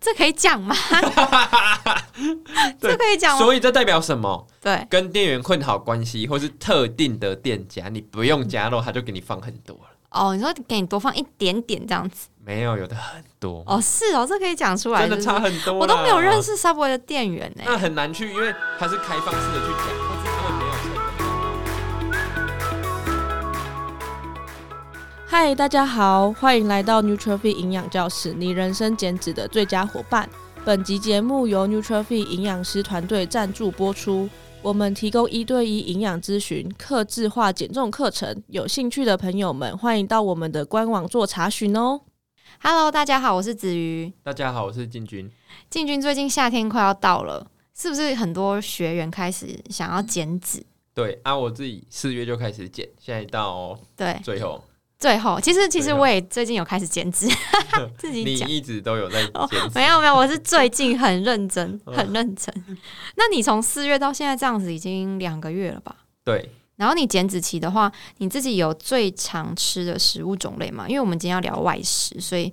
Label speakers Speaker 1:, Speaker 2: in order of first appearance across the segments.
Speaker 1: 这可以讲吗？
Speaker 2: 对
Speaker 1: 这可以 讲吗？
Speaker 2: 所以这代表什么？
Speaker 1: 对，
Speaker 2: 跟店员混好关系，或是特定的店家，你不用加肉，他就给你放很多了。
Speaker 1: 哦，你说给你多放一点点这样子，
Speaker 2: 没有，有的很多，
Speaker 1: 哦，是哦，这可以讲出来，
Speaker 2: 真的
Speaker 1: 是不是
Speaker 2: 差很多。啊
Speaker 1: 我都没有认
Speaker 2: 识，
Speaker 1: 识 Subway 的店员欸呢、
Speaker 2: 那很难去，因为它是开放式的去讲，或是他们没有成本。
Speaker 3: 嗨，大家好，欢迎来到 Nutrify 营养教室，你人生减脂的最佳伙伴。本集节目由 Nutrify 营养师团队赞助播出。我们提供一对一营养咨询、客制化减重课程，有兴趣的朋友们欢迎到我们的官网做查询哦。
Speaker 1: Hello，大家好，我是子瑜。
Speaker 2: 大家好，我是进军。
Speaker 1: 进军最近夏天快要到了，是不是很多学员开始想要减脂？
Speaker 2: 对啊，我自己四月就开始减，现在到
Speaker 1: 对，
Speaker 2: 最后，
Speaker 1: 最后其实其实
Speaker 2: 对啊
Speaker 1: 我也最近有开始减 脂，自
Speaker 2: 你
Speaker 1: 己讲。
Speaker 2: 一直都有在
Speaker 1: 哦
Speaker 2: 减脂。
Speaker 1: 没有没有，我是最近很认真，
Speaker 2: 嗯
Speaker 1: 很认真。那你从四月到现在这样子，已经两个月了吧？
Speaker 2: 对，
Speaker 1: 然后你减脂期的话，你自己有最常吃的食物种类吗？因为我们今天要聊外食，所以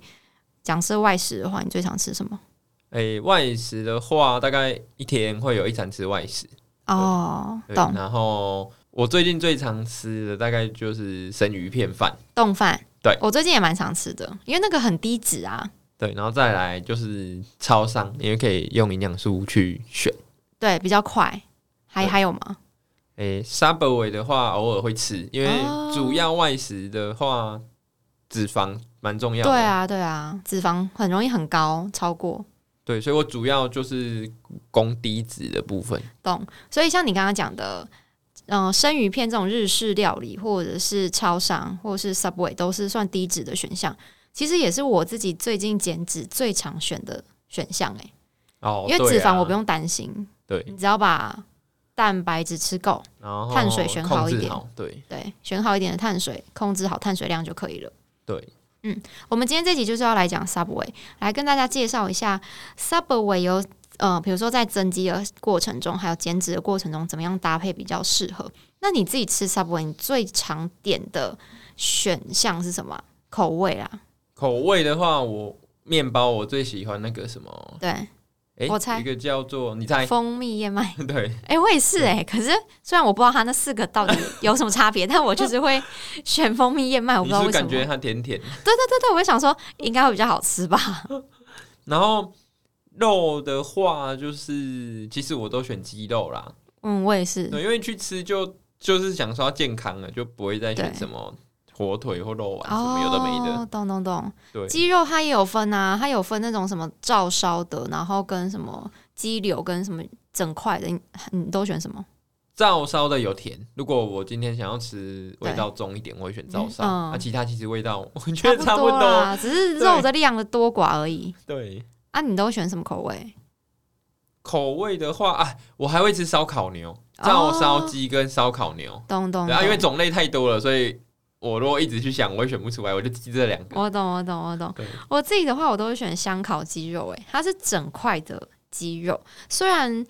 Speaker 1: 讲是外食的话，你最常吃什么？
Speaker 2: 诶、外食的话，大概一天会有一餐吃外食。
Speaker 1: 哦，
Speaker 2: 对
Speaker 1: 懂
Speaker 2: 然后我最近最常吃的大概就是生鱼片饭，
Speaker 1: 冻饭。
Speaker 2: 对
Speaker 1: 我最近也蛮常吃的，因为那个很低脂啊。
Speaker 2: 对，然后再来就是超商，因为可以用营养素去选。
Speaker 1: 对，比较快。还
Speaker 2: 对
Speaker 1: 还有吗？
Speaker 2: 诶、s u b w a y 的话偶尔会吃，因为
Speaker 1: 哦
Speaker 2: 主要外食的话，脂肪蛮重要的。
Speaker 1: 对，啊，对啊，脂肪很容易很高，超过。
Speaker 2: 对，所以我主要就是供低脂的部分。
Speaker 1: 懂。所以像你刚刚讲的，嗯、生鱼片这种日式料理，或者是超商，或者是 Subway，都是算低脂的选项。其实也是我自己最近减脂最常选的选项诶、
Speaker 2: 哦，
Speaker 1: 因为脂肪我不
Speaker 2: 用
Speaker 1: 用担心，
Speaker 2: 对,、
Speaker 1: 你只要把蛋白质吃够，
Speaker 2: 然后
Speaker 1: 碳水选好
Speaker 2: 控制
Speaker 1: 一点
Speaker 2: 好对
Speaker 1: 对，选好一点的碳水，控制好碳水量就可以了。嗯
Speaker 2: 对，
Speaker 1: 我们今天这集就是要来讲 Subway，来跟大家介绍一下 Subway 有呃，比如说在增肌的过程中，还有减脂的过程中，怎么样搭配比较适合？那你自己吃 Subway，你最常点的选项是什么啊？口味啦，
Speaker 2: 口味的话，我面包我最喜欢那个什么，
Speaker 1: 对，
Speaker 2: 诶、
Speaker 1: 我猜
Speaker 2: 一个叫做你猜，
Speaker 1: 蜂蜜燕麦。
Speaker 2: 哎对，
Speaker 1: 哎、我也是哎、可是虽然我不知道它那四个到底有什么差别，但我就是会选蜂蜜燕麦，我不
Speaker 2: 你
Speaker 1: 知
Speaker 2: 是
Speaker 1: 道
Speaker 2: 不
Speaker 1: 为
Speaker 2: 是
Speaker 1: 什
Speaker 2: 感
Speaker 1: 么。
Speaker 2: 觉
Speaker 1: 对
Speaker 2: 它甜甜？
Speaker 1: 对对，我就想说应该会比较好吃吧。
Speaker 2: 然后肉的话，就是其实我都选鸡肉啦，
Speaker 1: 嗯，我也是。
Speaker 2: 对，因为去吃就就是想说要健康了，就不会再选
Speaker 1: 对
Speaker 2: 什么火腿或肉丸什么有的没的。
Speaker 1: 哦，懂懂懂。
Speaker 2: 对
Speaker 1: 鸡肉它也有分啊，它有分那种什么照烧的，然后跟什么鸡柳跟什么整块的，你你都选什么？
Speaker 2: 照烧的有甜，如果我今天想要吃味道重一点，我会选照烧。
Speaker 1: 嗯
Speaker 2: 啊，其他其实味道我觉得差
Speaker 1: 多
Speaker 2: 不多。
Speaker 1: 啦，只是肉的量的多寡而已。
Speaker 2: 对，
Speaker 1: 啊，你都选什么口味？
Speaker 2: 口味的话啊，我还会吃烧烤牛、照烧鸡跟烧烤牛。
Speaker 1: 懂哦懂
Speaker 2: 对
Speaker 1: 懂。
Speaker 2: 啊，因为种类太多了，所以我如果一直去想，我会选不出来，我就记这两个。
Speaker 1: 我懂，我懂，我懂
Speaker 2: 对。
Speaker 1: 我自己的话，我都会选香烤鸡肉、欸，它是整块的鸡肉，虽然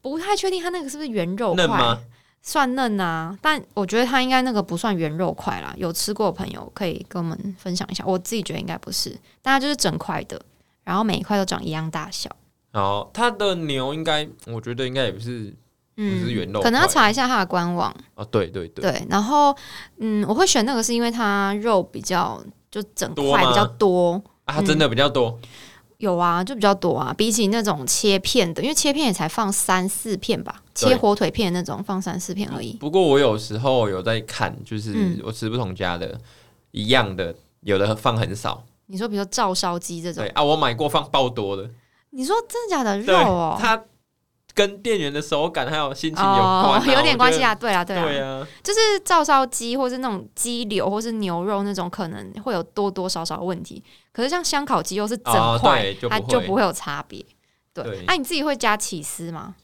Speaker 1: 不太确定它那个是不是原肉块，
Speaker 2: 嫩吗？
Speaker 1: 算嫩啊，但我觉得它应该那个不算圆肉块啦。有吃过的朋友可以跟我们分享一下，我自己觉得应该不是，但它就是整块的，然后每一块都长一样大小。
Speaker 2: 哦，它的牛应该，我觉得应该也不是
Speaker 1: 嗯，
Speaker 2: 不是圆肉块
Speaker 1: 可能要查一下它的官网。
Speaker 2: 哦，对对对，
Speaker 1: 对，然后嗯，我会选那个是因为它肉比较就整
Speaker 2: 多
Speaker 1: 块
Speaker 2: 吗
Speaker 1: 比较多，
Speaker 2: 啊，它真
Speaker 1: 嗯
Speaker 2: 的比较多。
Speaker 1: 有啊，就比较多啊，比起那种切片的，因为切片也才放三四片吧，
Speaker 2: 对
Speaker 1: 切火腿片那种放三四片而已。
Speaker 2: 不过我有时候有在看，就是
Speaker 1: 嗯
Speaker 2: 我吃不同家的、一样的，有的放很少。
Speaker 1: 你说，比如说照烧鸡这种
Speaker 2: 对，啊，我买过放爆多的，
Speaker 1: 你说真的假的
Speaker 2: 对，
Speaker 1: 肉哦？
Speaker 2: 它跟店员的手感还有心情有关啊、
Speaker 1: 哦，有点关系
Speaker 2: 啊。
Speaker 1: 啊，对啊，对啊，
Speaker 2: 对啊，
Speaker 1: 就是照烧鸡或是那种鸡柳或是牛肉那种，可能会有多多少少的问题。可是像香烤鸡肉是整
Speaker 2: 哦
Speaker 1: 块，
Speaker 2: 对就不
Speaker 1: 它
Speaker 2: 会
Speaker 1: 就不会有差别。对
Speaker 2: 对，
Speaker 1: 那、你自己会加起司吗？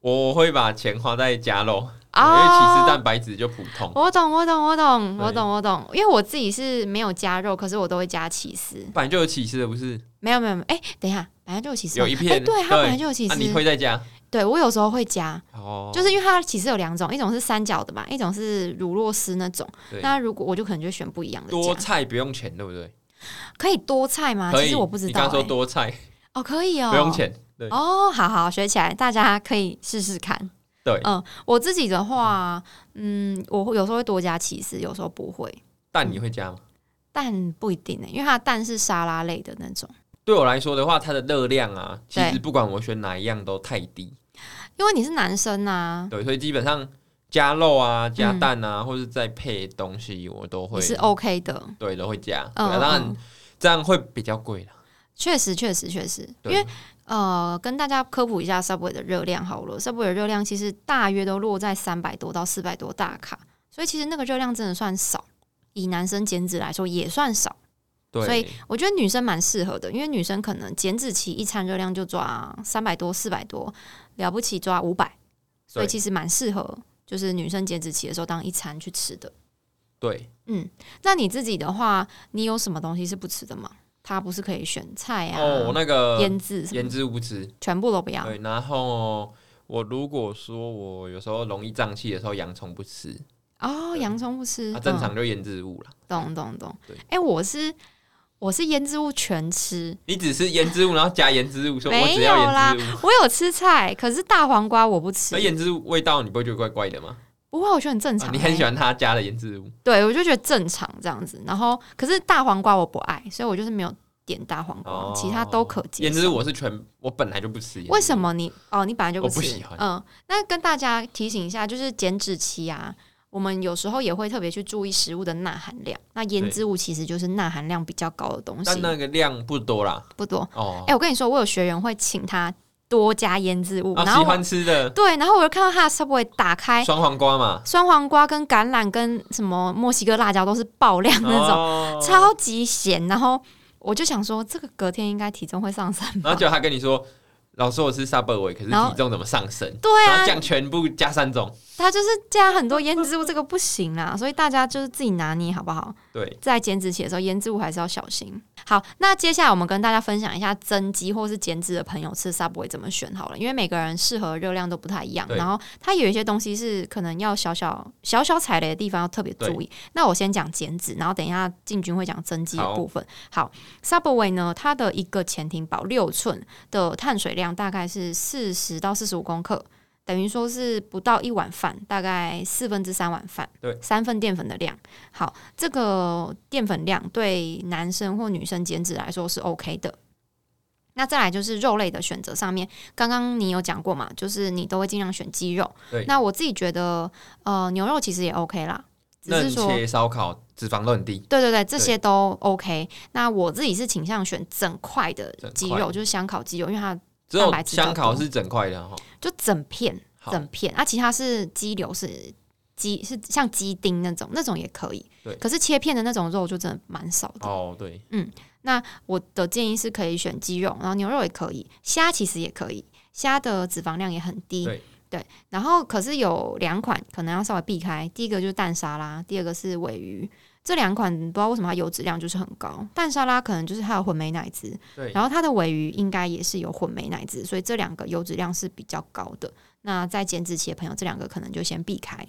Speaker 2: 我会把钱花在加肉，因为其实
Speaker 1: 哦，
Speaker 2: 蛋白质就普通。
Speaker 1: 我懂，我懂，我懂，
Speaker 2: 对
Speaker 1: 我懂，我懂。因为我自己是没有加肉，可是我都会加起司。
Speaker 2: 本来就有起司的，不是？
Speaker 1: 没有，没有，没有。哎、等一下，本来就有起司吗，
Speaker 2: 有一
Speaker 1: 哎、
Speaker 2: 片，
Speaker 1: 对，它本来就有起司。
Speaker 2: 啊，你会在加
Speaker 1: 对我有时候会加，
Speaker 2: 哦，
Speaker 1: 就是因为它起司有两种，一种是三角的嘛，一种是乳酪丝那种。
Speaker 2: 对
Speaker 1: 那如果我就可能就选不一样的加。
Speaker 2: 多菜不用钱，对不对？
Speaker 1: 可以多菜吗？
Speaker 2: 可
Speaker 1: 啊其
Speaker 2: 以，
Speaker 1: 实我不知
Speaker 2: 你
Speaker 1: 道、
Speaker 2: 刚说
Speaker 1: 欸。
Speaker 2: 多菜，
Speaker 1: 哦，可以哦，
Speaker 2: 不用钱。对
Speaker 1: 哦，好好学起来，大家可以试试看。
Speaker 2: 对，
Speaker 1: 嗯，我自己的话，嗯，我会有时候会多加起司，有时候不会，
Speaker 2: 蛋你会加吗？
Speaker 1: 但不一定呢，欸因为它的蛋是沙拉类的那种。
Speaker 2: 对我来说的话，它的热量啊，其
Speaker 1: 嗯对
Speaker 2: 实不管我选哪一样都太低。
Speaker 1: 因为你是男生啊呐、
Speaker 2: 对，所以基本上加肉啊、加蛋啊，或是再配东西，我都会
Speaker 1: 你嗯是 OK 的。
Speaker 2: 对都会加。对
Speaker 1: 嗯
Speaker 2: 啊，
Speaker 1: 嗯
Speaker 2: 当然这样会比较贵啦。
Speaker 1: 确实，确实，确实，因
Speaker 2: 对
Speaker 1: 为呃，跟大家科普一下 Subway 的热量好了。Subway 的热量其实大约都落在三百多到四百多大卡，所以其实那个热量真的算少，以男生减脂来说也算少。
Speaker 2: 对，
Speaker 1: 所以我觉得女生蛮适合的，因为女生可能减脂期一餐热量就抓三百多、四百多，了不起抓五百，所以
Speaker 2: 对
Speaker 1: 其实蛮适合，就是女生减脂期的时候当一餐去吃的。
Speaker 2: 对
Speaker 1: 嗯，那你自己的话，你有什么东西是不吃的吗？它不是可以选菜啊？
Speaker 2: 哦，那个
Speaker 1: 腌制什么
Speaker 2: 言之无知。
Speaker 1: 全部都不要。
Speaker 2: 对，然后我如果说我有时候容易胀气的时候，洋葱不吃，
Speaker 1: 哦，
Speaker 2: 对
Speaker 1: 洋葱不吃，
Speaker 2: 啊，正
Speaker 1: 嗯
Speaker 2: 常就腌制物啦。
Speaker 1: 懂懂懂
Speaker 2: 对。
Speaker 1: 哎、我是我是腌制物全吃，
Speaker 2: 你只是腌制物，然后加腌制物，说我
Speaker 1: 没
Speaker 2: 只
Speaker 1: 有
Speaker 2: 要
Speaker 1: 啦
Speaker 2: 腌制物，
Speaker 1: 我有吃菜，可是大黄瓜我不吃
Speaker 2: 那。啊腌制物味道你不会觉得怪怪的吗？
Speaker 1: 不过我觉得很正常、
Speaker 2: 啊你很喜
Speaker 1: 欢？
Speaker 2: 欢他加的腌制物，
Speaker 1: 对，我就觉得正常这样子。然后，可是大黄瓜我不爱，所以我就是没有点大黄瓜，
Speaker 2: 哦
Speaker 1: 其他都可接
Speaker 2: 腌制
Speaker 1: 受。
Speaker 2: 物我是全，我本来就不吃。
Speaker 1: 为什？么你哦？你本来就
Speaker 2: 我
Speaker 1: 吃？
Speaker 2: 不喜欢
Speaker 1: 嗯，那跟大家提醒一下，就是减脂期啊，我们有时候也会特别去注意食物的钠含量。那腌
Speaker 2: 对
Speaker 1: 制物其实就是钠含量比较高的东
Speaker 2: 但
Speaker 1: 西，
Speaker 2: 那个量不多啦。
Speaker 1: 不多。
Speaker 2: 哦
Speaker 1: 哎、，我跟你说，我有学员会请他多加腌制物，
Speaker 2: 啊，
Speaker 1: 然后
Speaker 2: 喜
Speaker 1: 我哎
Speaker 2: 欢吃的
Speaker 1: 对，然后我就看到他的 Subway 打开
Speaker 2: 酸黄瓜嘛，
Speaker 1: 酸黄瓜跟橄榄跟什么墨西哥辣椒都是爆量 那种，
Speaker 2: 种
Speaker 1: 超级咸。然后我就想说，这个隔天应该体重会上升
Speaker 2: 然
Speaker 1: 吧
Speaker 2: 后？就他跟你说，老师我吃 Subway，可是
Speaker 1: 然后
Speaker 2: 体重怎么上升？
Speaker 1: 对
Speaker 2: 然后
Speaker 1: 啊
Speaker 2: 这，样全部加三种，
Speaker 1: 他就是加很多腌制物，这个不行啦，所以大家就是自己拿捏好不好？
Speaker 2: 对，
Speaker 1: 在减脂期的时候，腌制物还是要小心。好，那接下来我们跟大家分享一下增肌或是减脂的朋友吃 Subway 怎么选好了，因为每个人适合的热量都不太一样，
Speaker 2: 对
Speaker 1: 然后它有一些东西是可能要小小小小踩雷的地方要特别注意。那我先讲减脂，然后等一下进军会讲增肌的
Speaker 2: 好
Speaker 1: 部分。好 Subway 呢，它的一个潜艇堡六寸的碳水量大概是四十到四十五公克，等于说是不到一碗饭，大概四分之三碗饭，
Speaker 2: 对
Speaker 1: 三份淀粉的量。好，这个淀粉量对男生或女生减脂来说是 OK 的。那再来就是肉类的选择上面，刚刚你有讲过嘛，就是你都会尽量选鸡肉
Speaker 2: 对。
Speaker 1: 那我自己觉得，呃，牛肉其实也 OK 啦，只
Speaker 2: 嫩
Speaker 1: 是说
Speaker 2: 切烧烤脂肪都很低，
Speaker 1: 对对对，这些都 OK。那我自己是倾向选整块的
Speaker 2: 整
Speaker 1: 鸡
Speaker 2: 块
Speaker 1: 肉，就是香烤鸡肉，因为它
Speaker 2: 只有
Speaker 1: 蛋白质比较
Speaker 2: 香烤
Speaker 1: 多
Speaker 2: 是整块的哈。哦
Speaker 1: 就整片
Speaker 2: 好，
Speaker 1: 整片，啊，其他是鸡柳是鸡是像鸡丁那种，那种也可以
Speaker 2: 对。
Speaker 1: 可是切片的那种肉就真的蛮少的。
Speaker 2: 哦，对，
Speaker 1: 我的建议是可以选鸡肉，然后牛肉也可以，虾其实也可以，虾的脂肪量也很低。
Speaker 2: 对
Speaker 1: 然后可是有两款可能要稍微避开，第一个就是蛋沙拉，第二个是尾鱼。这两款不知道为什么它油脂量就是很高，蛋沙拉可能就是它有混美奶汁，
Speaker 2: 对，
Speaker 1: 然后它的尾鱼应该也是有混酶奶汁，所以这两个油脂量是比较高的。那在减脂期的朋友，这两个可能就先避开。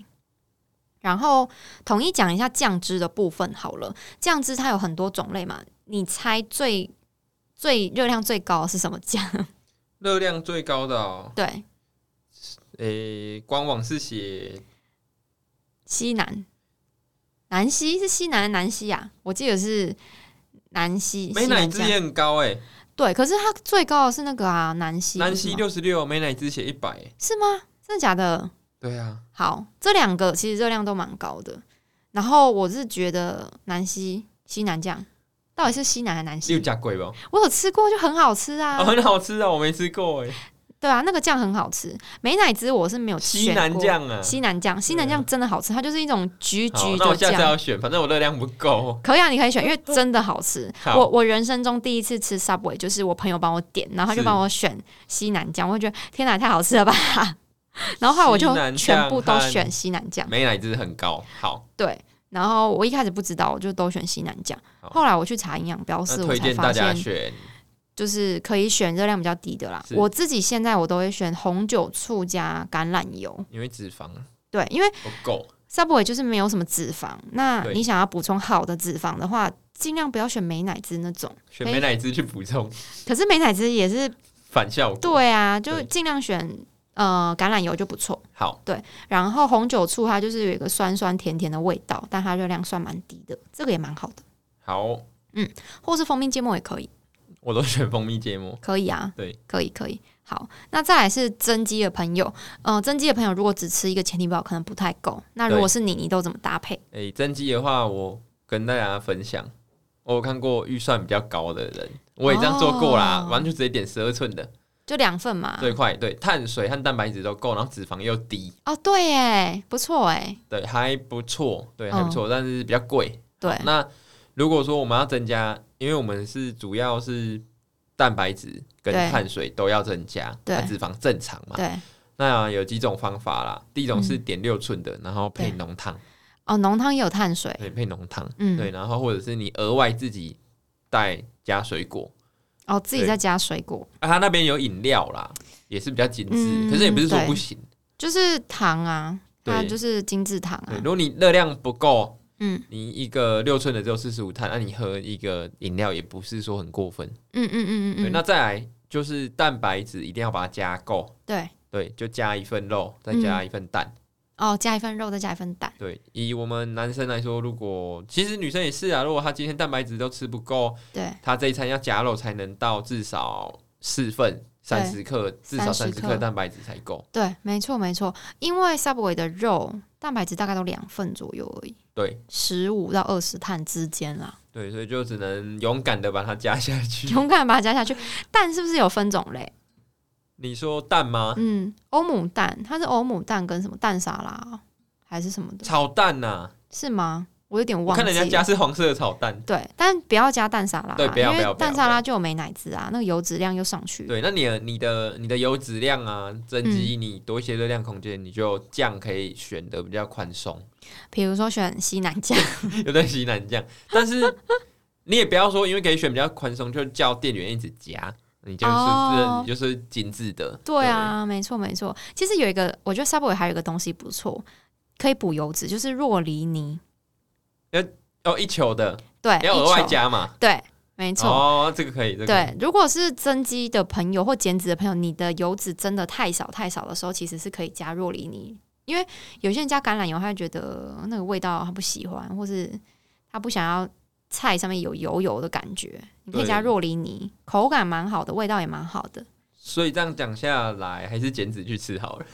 Speaker 1: 然后统一讲一下酱汁的部分好了，酱汁它有很多种类嘛，你猜最最热量最高的是什么酱？
Speaker 2: 热量最高的、哦，
Speaker 1: 对，
Speaker 2: 诶、官网是写
Speaker 1: 西南，南西是西南还是南西啊，我记得是南西，
Speaker 2: 美
Speaker 1: 西啊
Speaker 2: 乃
Speaker 1: 南
Speaker 2: 滋
Speaker 1: 酱
Speaker 2: 也很高诶、
Speaker 1: 对，可是它最高的是那个啊，南西，
Speaker 2: 南
Speaker 1: 不是
Speaker 2: 西
Speaker 1: 吗
Speaker 2: 六十六，美乃滋写一百，
Speaker 1: 是吗？真的假的？
Speaker 2: 对啊，
Speaker 1: 好，这两个其实热量都蛮高的。然后我是觉得南西西南酱到底是西南还是南
Speaker 2: 你有
Speaker 1: 西？啊
Speaker 2: 加贵吧？
Speaker 1: 我有吃过，就很好吃啊。
Speaker 2: 啊，很好吃啊，我没吃过诶、
Speaker 1: 对啊，那个酱很好吃。美乃滋我是没有
Speaker 2: 西
Speaker 1: 选
Speaker 2: 南
Speaker 1: 过。
Speaker 2: 酱啊，
Speaker 1: 西南酱，西南酱真的好吃，它就是一种橘
Speaker 2: 好
Speaker 1: 橘
Speaker 2: 那我
Speaker 1: 的
Speaker 2: 下次要
Speaker 1: 酱。
Speaker 2: 选，反正我热量不够。
Speaker 1: 可以啊，你可以选，因为真的好吃。
Speaker 2: 好
Speaker 1: 我我人生中第一次吃 Subway，就是我朋友帮我点，然后他就是帮我选西南酱，我就觉得天哪，太好吃了吧！ 然后后来我
Speaker 2: 西
Speaker 1: 就
Speaker 2: 南
Speaker 1: 全
Speaker 2: 酱
Speaker 1: 部都
Speaker 2: 和
Speaker 1: 选西南酱。
Speaker 2: 美乃滋很高，好，
Speaker 1: 对，然后我一开始不知道，我就都选西南酱。
Speaker 2: 好
Speaker 1: 后来我去查营养标示，
Speaker 2: 那
Speaker 1: 我
Speaker 2: 推
Speaker 1: 才
Speaker 2: 荐
Speaker 1: 发
Speaker 2: 大家
Speaker 1: 现
Speaker 2: 选
Speaker 1: 就是可以选热量比较低的啦。
Speaker 2: 是
Speaker 1: 我自己现在我都会选红酒醋加橄榄油，
Speaker 2: 因为脂肪
Speaker 1: 对，因为
Speaker 2: 不够，
Speaker 1: Subway 就是没有什么脂肪，那
Speaker 2: 对
Speaker 1: 你想要补充好的脂肪的话，尽量不要选美乃滋那种。
Speaker 2: 选美乃滋去补充
Speaker 1: 可是美乃滋也是
Speaker 2: 反效果。，
Speaker 1: 对啊，就
Speaker 2: 哦对
Speaker 1: 尽量选呃橄榄油就不错。
Speaker 2: 好，
Speaker 1: 然后红酒醋它就是有一个酸酸甜甜的味道，但它热量算蛮低的，这个也蛮好的。
Speaker 2: 好，
Speaker 1: 或是蜂蜜芥末也可以，
Speaker 2: 我都选蜂蜜芥末。
Speaker 1: 可以啊，
Speaker 2: 对，
Speaker 1: 可以可以。好，那再来是增肌的朋友，呃，增肌的朋友如果只吃一个前提包可能不太够。那如果是你，你都怎么搭配？
Speaker 2: 诶，增肌的话，我跟大家分享，我有看过预算比较高的人，我也这样做过啦，
Speaker 1: 哦
Speaker 2: 完全就直接点十二寸的，
Speaker 1: 就两份嘛。
Speaker 2: 最快对，碳水和蛋白质都够，然后脂肪又低，
Speaker 1: 哦，对耶，不错哎，
Speaker 2: 对，还不错，
Speaker 1: 嗯
Speaker 2: 对，还不错，但是比较贵。
Speaker 1: 对，
Speaker 2: 那如果说我们要增加，因为我们是主要是蛋白质跟
Speaker 1: 对
Speaker 2: 碳水都要增加，
Speaker 1: 对
Speaker 2: 那脂肪正常嘛。
Speaker 1: 对。嗯
Speaker 2: 那有几种方法啦，第一种是点六寸的，然后配浓汤，
Speaker 1: 哦，浓汤也有碳水，
Speaker 2: 对，配浓汤，
Speaker 1: 嗯，
Speaker 2: 对，，然后或者是你额外自己带加水果，
Speaker 1: 哦，自己
Speaker 2: 对
Speaker 1: 再加水果，
Speaker 2: 啊，它那边有饮料啦，也是比较精致，
Speaker 1: 嗯
Speaker 2: 可是也不是说
Speaker 1: 对
Speaker 2: 不行，
Speaker 1: 就是糖啊，它
Speaker 2: 对
Speaker 1: 就是精致糖啊
Speaker 2: 对，如，果你热量不够，
Speaker 1: 嗯
Speaker 2: 你一个六寸的只有四十五碳，那、你喝一个饮料也不是说很过分，
Speaker 1: 嗯嗯嗯
Speaker 2: 对，
Speaker 1: 嗯
Speaker 2: 那
Speaker 1: 嗯，
Speaker 2: 再来就是蛋白质一定要把它加够，
Speaker 1: 对，
Speaker 2: 对，就加一份肉，再加一份蛋。
Speaker 1: 哦，加一份肉，再加一份蛋，
Speaker 2: 对，以我们男生来说，如果其实女生也是啊，如果她今天蛋白质都吃不够，
Speaker 1: 对，
Speaker 2: 她这一餐要加肉才能到至少四份三十克，至少三
Speaker 1: 30
Speaker 2: 十
Speaker 1: 克
Speaker 2: 克蛋白质才够。
Speaker 1: 对，没错没错，因为 Subway 的肉蛋白质大概都两份左右而已，
Speaker 2: 对
Speaker 1: 十五到二十碳之间啦，
Speaker 2: 对，所以就只能勇敢的把它加下去。
Speaker 1: 勇敢把它加下去。蛋是不是有分种类？
Speaker 2: 你说蛋吗？
Speaker 1: 嗯，欧姆蛋，它是欧姆蛋跟什么蛋沙拉啊还是什么的？
Speaker 2: 炒蛋呐、
Speaker 1: 是吗？我有点
Speaker 2: 我
Speaker 1: 忘记
Speaker 2: 看
Speaker 1: 了。
Speaker 2: 人家加是黄色的炒蛋。
Speaker 1: 对，但不要加蛋沙拉啦，
Speaker 2: 对不要
Speaker 1: 因
Speaker 2: 不要
Speaker 1: 为
Speaker 2: 不要
Speaker 1: 蛋沙拉就有美奶滋啊，那个油脂量又上去。
Speaker 2: 对，那你的你的你的油脂量啊，增
Speaker 1: 嗯
Speaker 2: 肌你多一些热量空间，你就酱可以选的比较宽松，
Speaker 1: 比如说选西南酱，
Speaker 2: 有在西南酱，但是你也不要说因为可以选比较宽松，就叫店员一直夹，你就是、
Speaker 1: 哦
Speaker 2: 你就是精致的。
Speaker 1: 对啊，没错没错。其实有一个，我觉得 Subway 还有一个东西不错，可以补油脂，就是若梨泥。
Speaker 2: 对，哦，一球的
Speaker 1: 对，
Speaker 2: 要
Speaker 1: 哎一
Speaker 2: 额外
Speaker 1: 球，
Speaker 2: 加嘛。
Speaker 1: 对，没错。
Speaker 2: 哦，这个可以，这个可以
Speaker 1: 对，如果是增肌的朋友或减脂的朋友，你的油脂真的太少太少的时候，其实是可以加若梨泥，因为有些人加橄榄油，他会觉得那个味道他不喜欢，或是他不想要菜上面有油油的感觉，你可以加
Speaker 2: 对
Speaker 1: 若梨泥，口感蛮好的，味道也蛮好的。
Speaker 2: 所以这样讲下来，还是减脂去吃好了，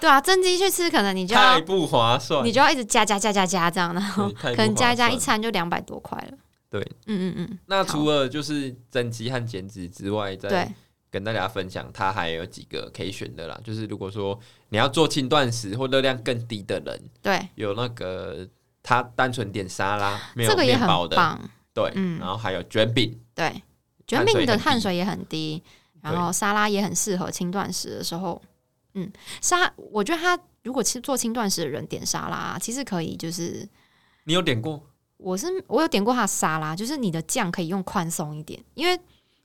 Speaker 1: 对啊，增肌去吃可能你就要
Speaker 2: 太不划算
Speaker 1: 你。就要一直加加加加加这样，然后
Speaker 2: 对太
Speaker 1: 可
Speaker 2: 不
Speaker 1: 能加
Speaker 2: 划
Speaker 1: 一加
Speaker 2: 算
Speaker 1: 一餐就两百多块了。
Speaker 2: 对，
Speaker 1: 嗯嗯嗯，
Speaker 2: 那除了就是增肌和减脂之外，在
Speaker 1: 对，
Speaker 2: 跟大家分享，它还有几个可以选的啦。就是如果说你要做轻断食或热量更低的人，
Speaker 1: 对，
Speaker 2: 有那个他单纯点沙拉，没
Speaker 1: 这
Speaker 2: 有
Speaker 1: 个也
Speaker 2: 面
Speaker 1: 很
Speaker 2: 包的，
Speaker 1: 棒。
Speaker 2: 对，
Speaker 1: 嗯
Speaker 2: 然后还有卷饼，
Speaker 1: 对，卷
Speaker 2: 碳水
Speaker 1: 饼的
Speaker 2: 很
Speaker 1: 碳
Speaker 2: 低
Speaker 1: 水也很低，然
Speaker 2: 对
Speaker 1: 后沙拉也很适合轻断食的时候。嗯，沙我觉得他如果吃做轻断食的人点沙拉，啊其实可以，就是
Speaker 2: 你有点过？
Speaker 1: 我是我有点过他的沙拉，就是你的酱可以用宽松一点，因为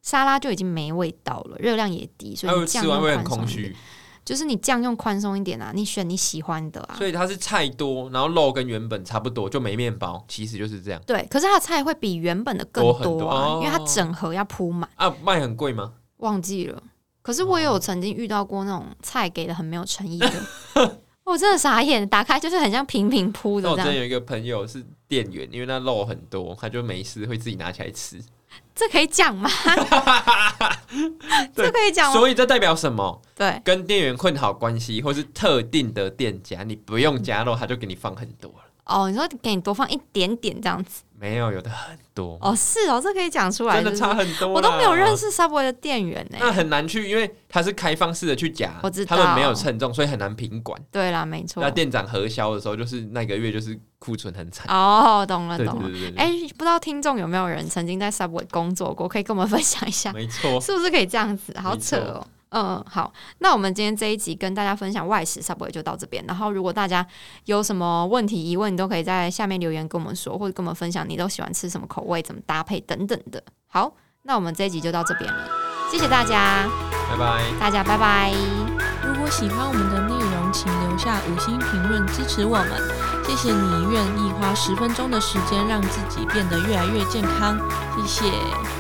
Speaker 1: 沙拉就已经没味道了，热量也低，所
Speaker 2: 还
Speaker 1: 以
Speaker 2: 有
Speaker 1: 你酱
Speaker 2: 吃
Speaker 1: 用
Speaker 2: 完会很
Speaker 1: 宽
Speaker 2: 空
Speaker 1: 松一点
Speaker 2: 虚，，
Speaker 1: 就是你酱用宽松一点啊，你选你喜欢的啊。
Speaker 2: 所以它是菜多，然后肉跟原本差不多，就没面包，其实就是这样
Speaker 1: 对，可是它的菜会比原本的更
Speaker 2: 多很
Speaker 1: 多
Speaker 2: 多
Speaker 1: 啊，因为它
Speaker 2: 哦
Speaker 1: 整盒要铺满。
Speaker 2: 啊。卖很贵吗？
Speaker 1: 忘记了。可是我也有曾经遇到过那种菜给的很没有诚意的，
Speaker 2: 哦
Speaker 1: 我真的傻眼，打开就是很像平平铺
Speaker 2: 那
Speaker 1: 的
Speaker 2: 我
Speaker 1: 这
Speaker 2: 之前
Speaker 1: 样，
Speaker 2: 有一个朋友是店员，因为那肉很多，他就没事会自己拿起来吃。
Speaker 1: 这可以讲 吗？这可以讲吗？
Speaker 2: 所以这代表什么？
Speaker 1: 对，
Speaker 2: 跟店员混好关系，或是特定的店家，你不用加肉，他就给你放很多了。
Speaker 1: 哦，你说给你多放一点点这样子，
Speaker 2: 没有，有的很多，
Speaker 1: 哦，是哦，这可以讲出来，
Speaker 2: 真的
Speaker 1: 是不是
Speaker 2: 差很多啦。啊
Speaker 1: 我都没有认识 Subway 的店员呢、
Speaker 2: 那很难去，因为它是开放式的去夹，
Speaker 1: 我知道
Speaker 2: 他们没有称重，所以很难品管。
Speaker 1: 对啦，没错
Speaker 2: 那。店长核销的时候，就是那个月就是库存很惨。
Speaker 1: 哦，懂了
Speaker 2: 对对
Speaker 1: 懂了。
Speaker 2: 对对对，
Speaker 1: 哎、不知道听众有没有人曾经在 Subway 工作过，可以跟我们分享一下。
Speaker 2: 没错，
Speaker 1: 是不是可以这样子？好
Speaker 2: 没
Speaker 1: 扯
Speaker 2: 错
Speaker 1: 哦。嗯，好，那我们今天这一集跟大家分享外食 Subway 就到这边。然后，如果大家有什么问题、疑问，你都可以在下面留言跟我们说，或者跟我们分享你都喜欢吃什么口味、怎么搭配等等的。好，那我们这一集就到这边了，谢谢大家，
Speaker 2: 拜拜。
Speaker 1: 大家拜拜。
Speaker 3: 如果果喜欢我们的内容，请留下五星评论支持我们。谢谢你愿意花十分钟的时间让自己变得越来越健康，谢谢。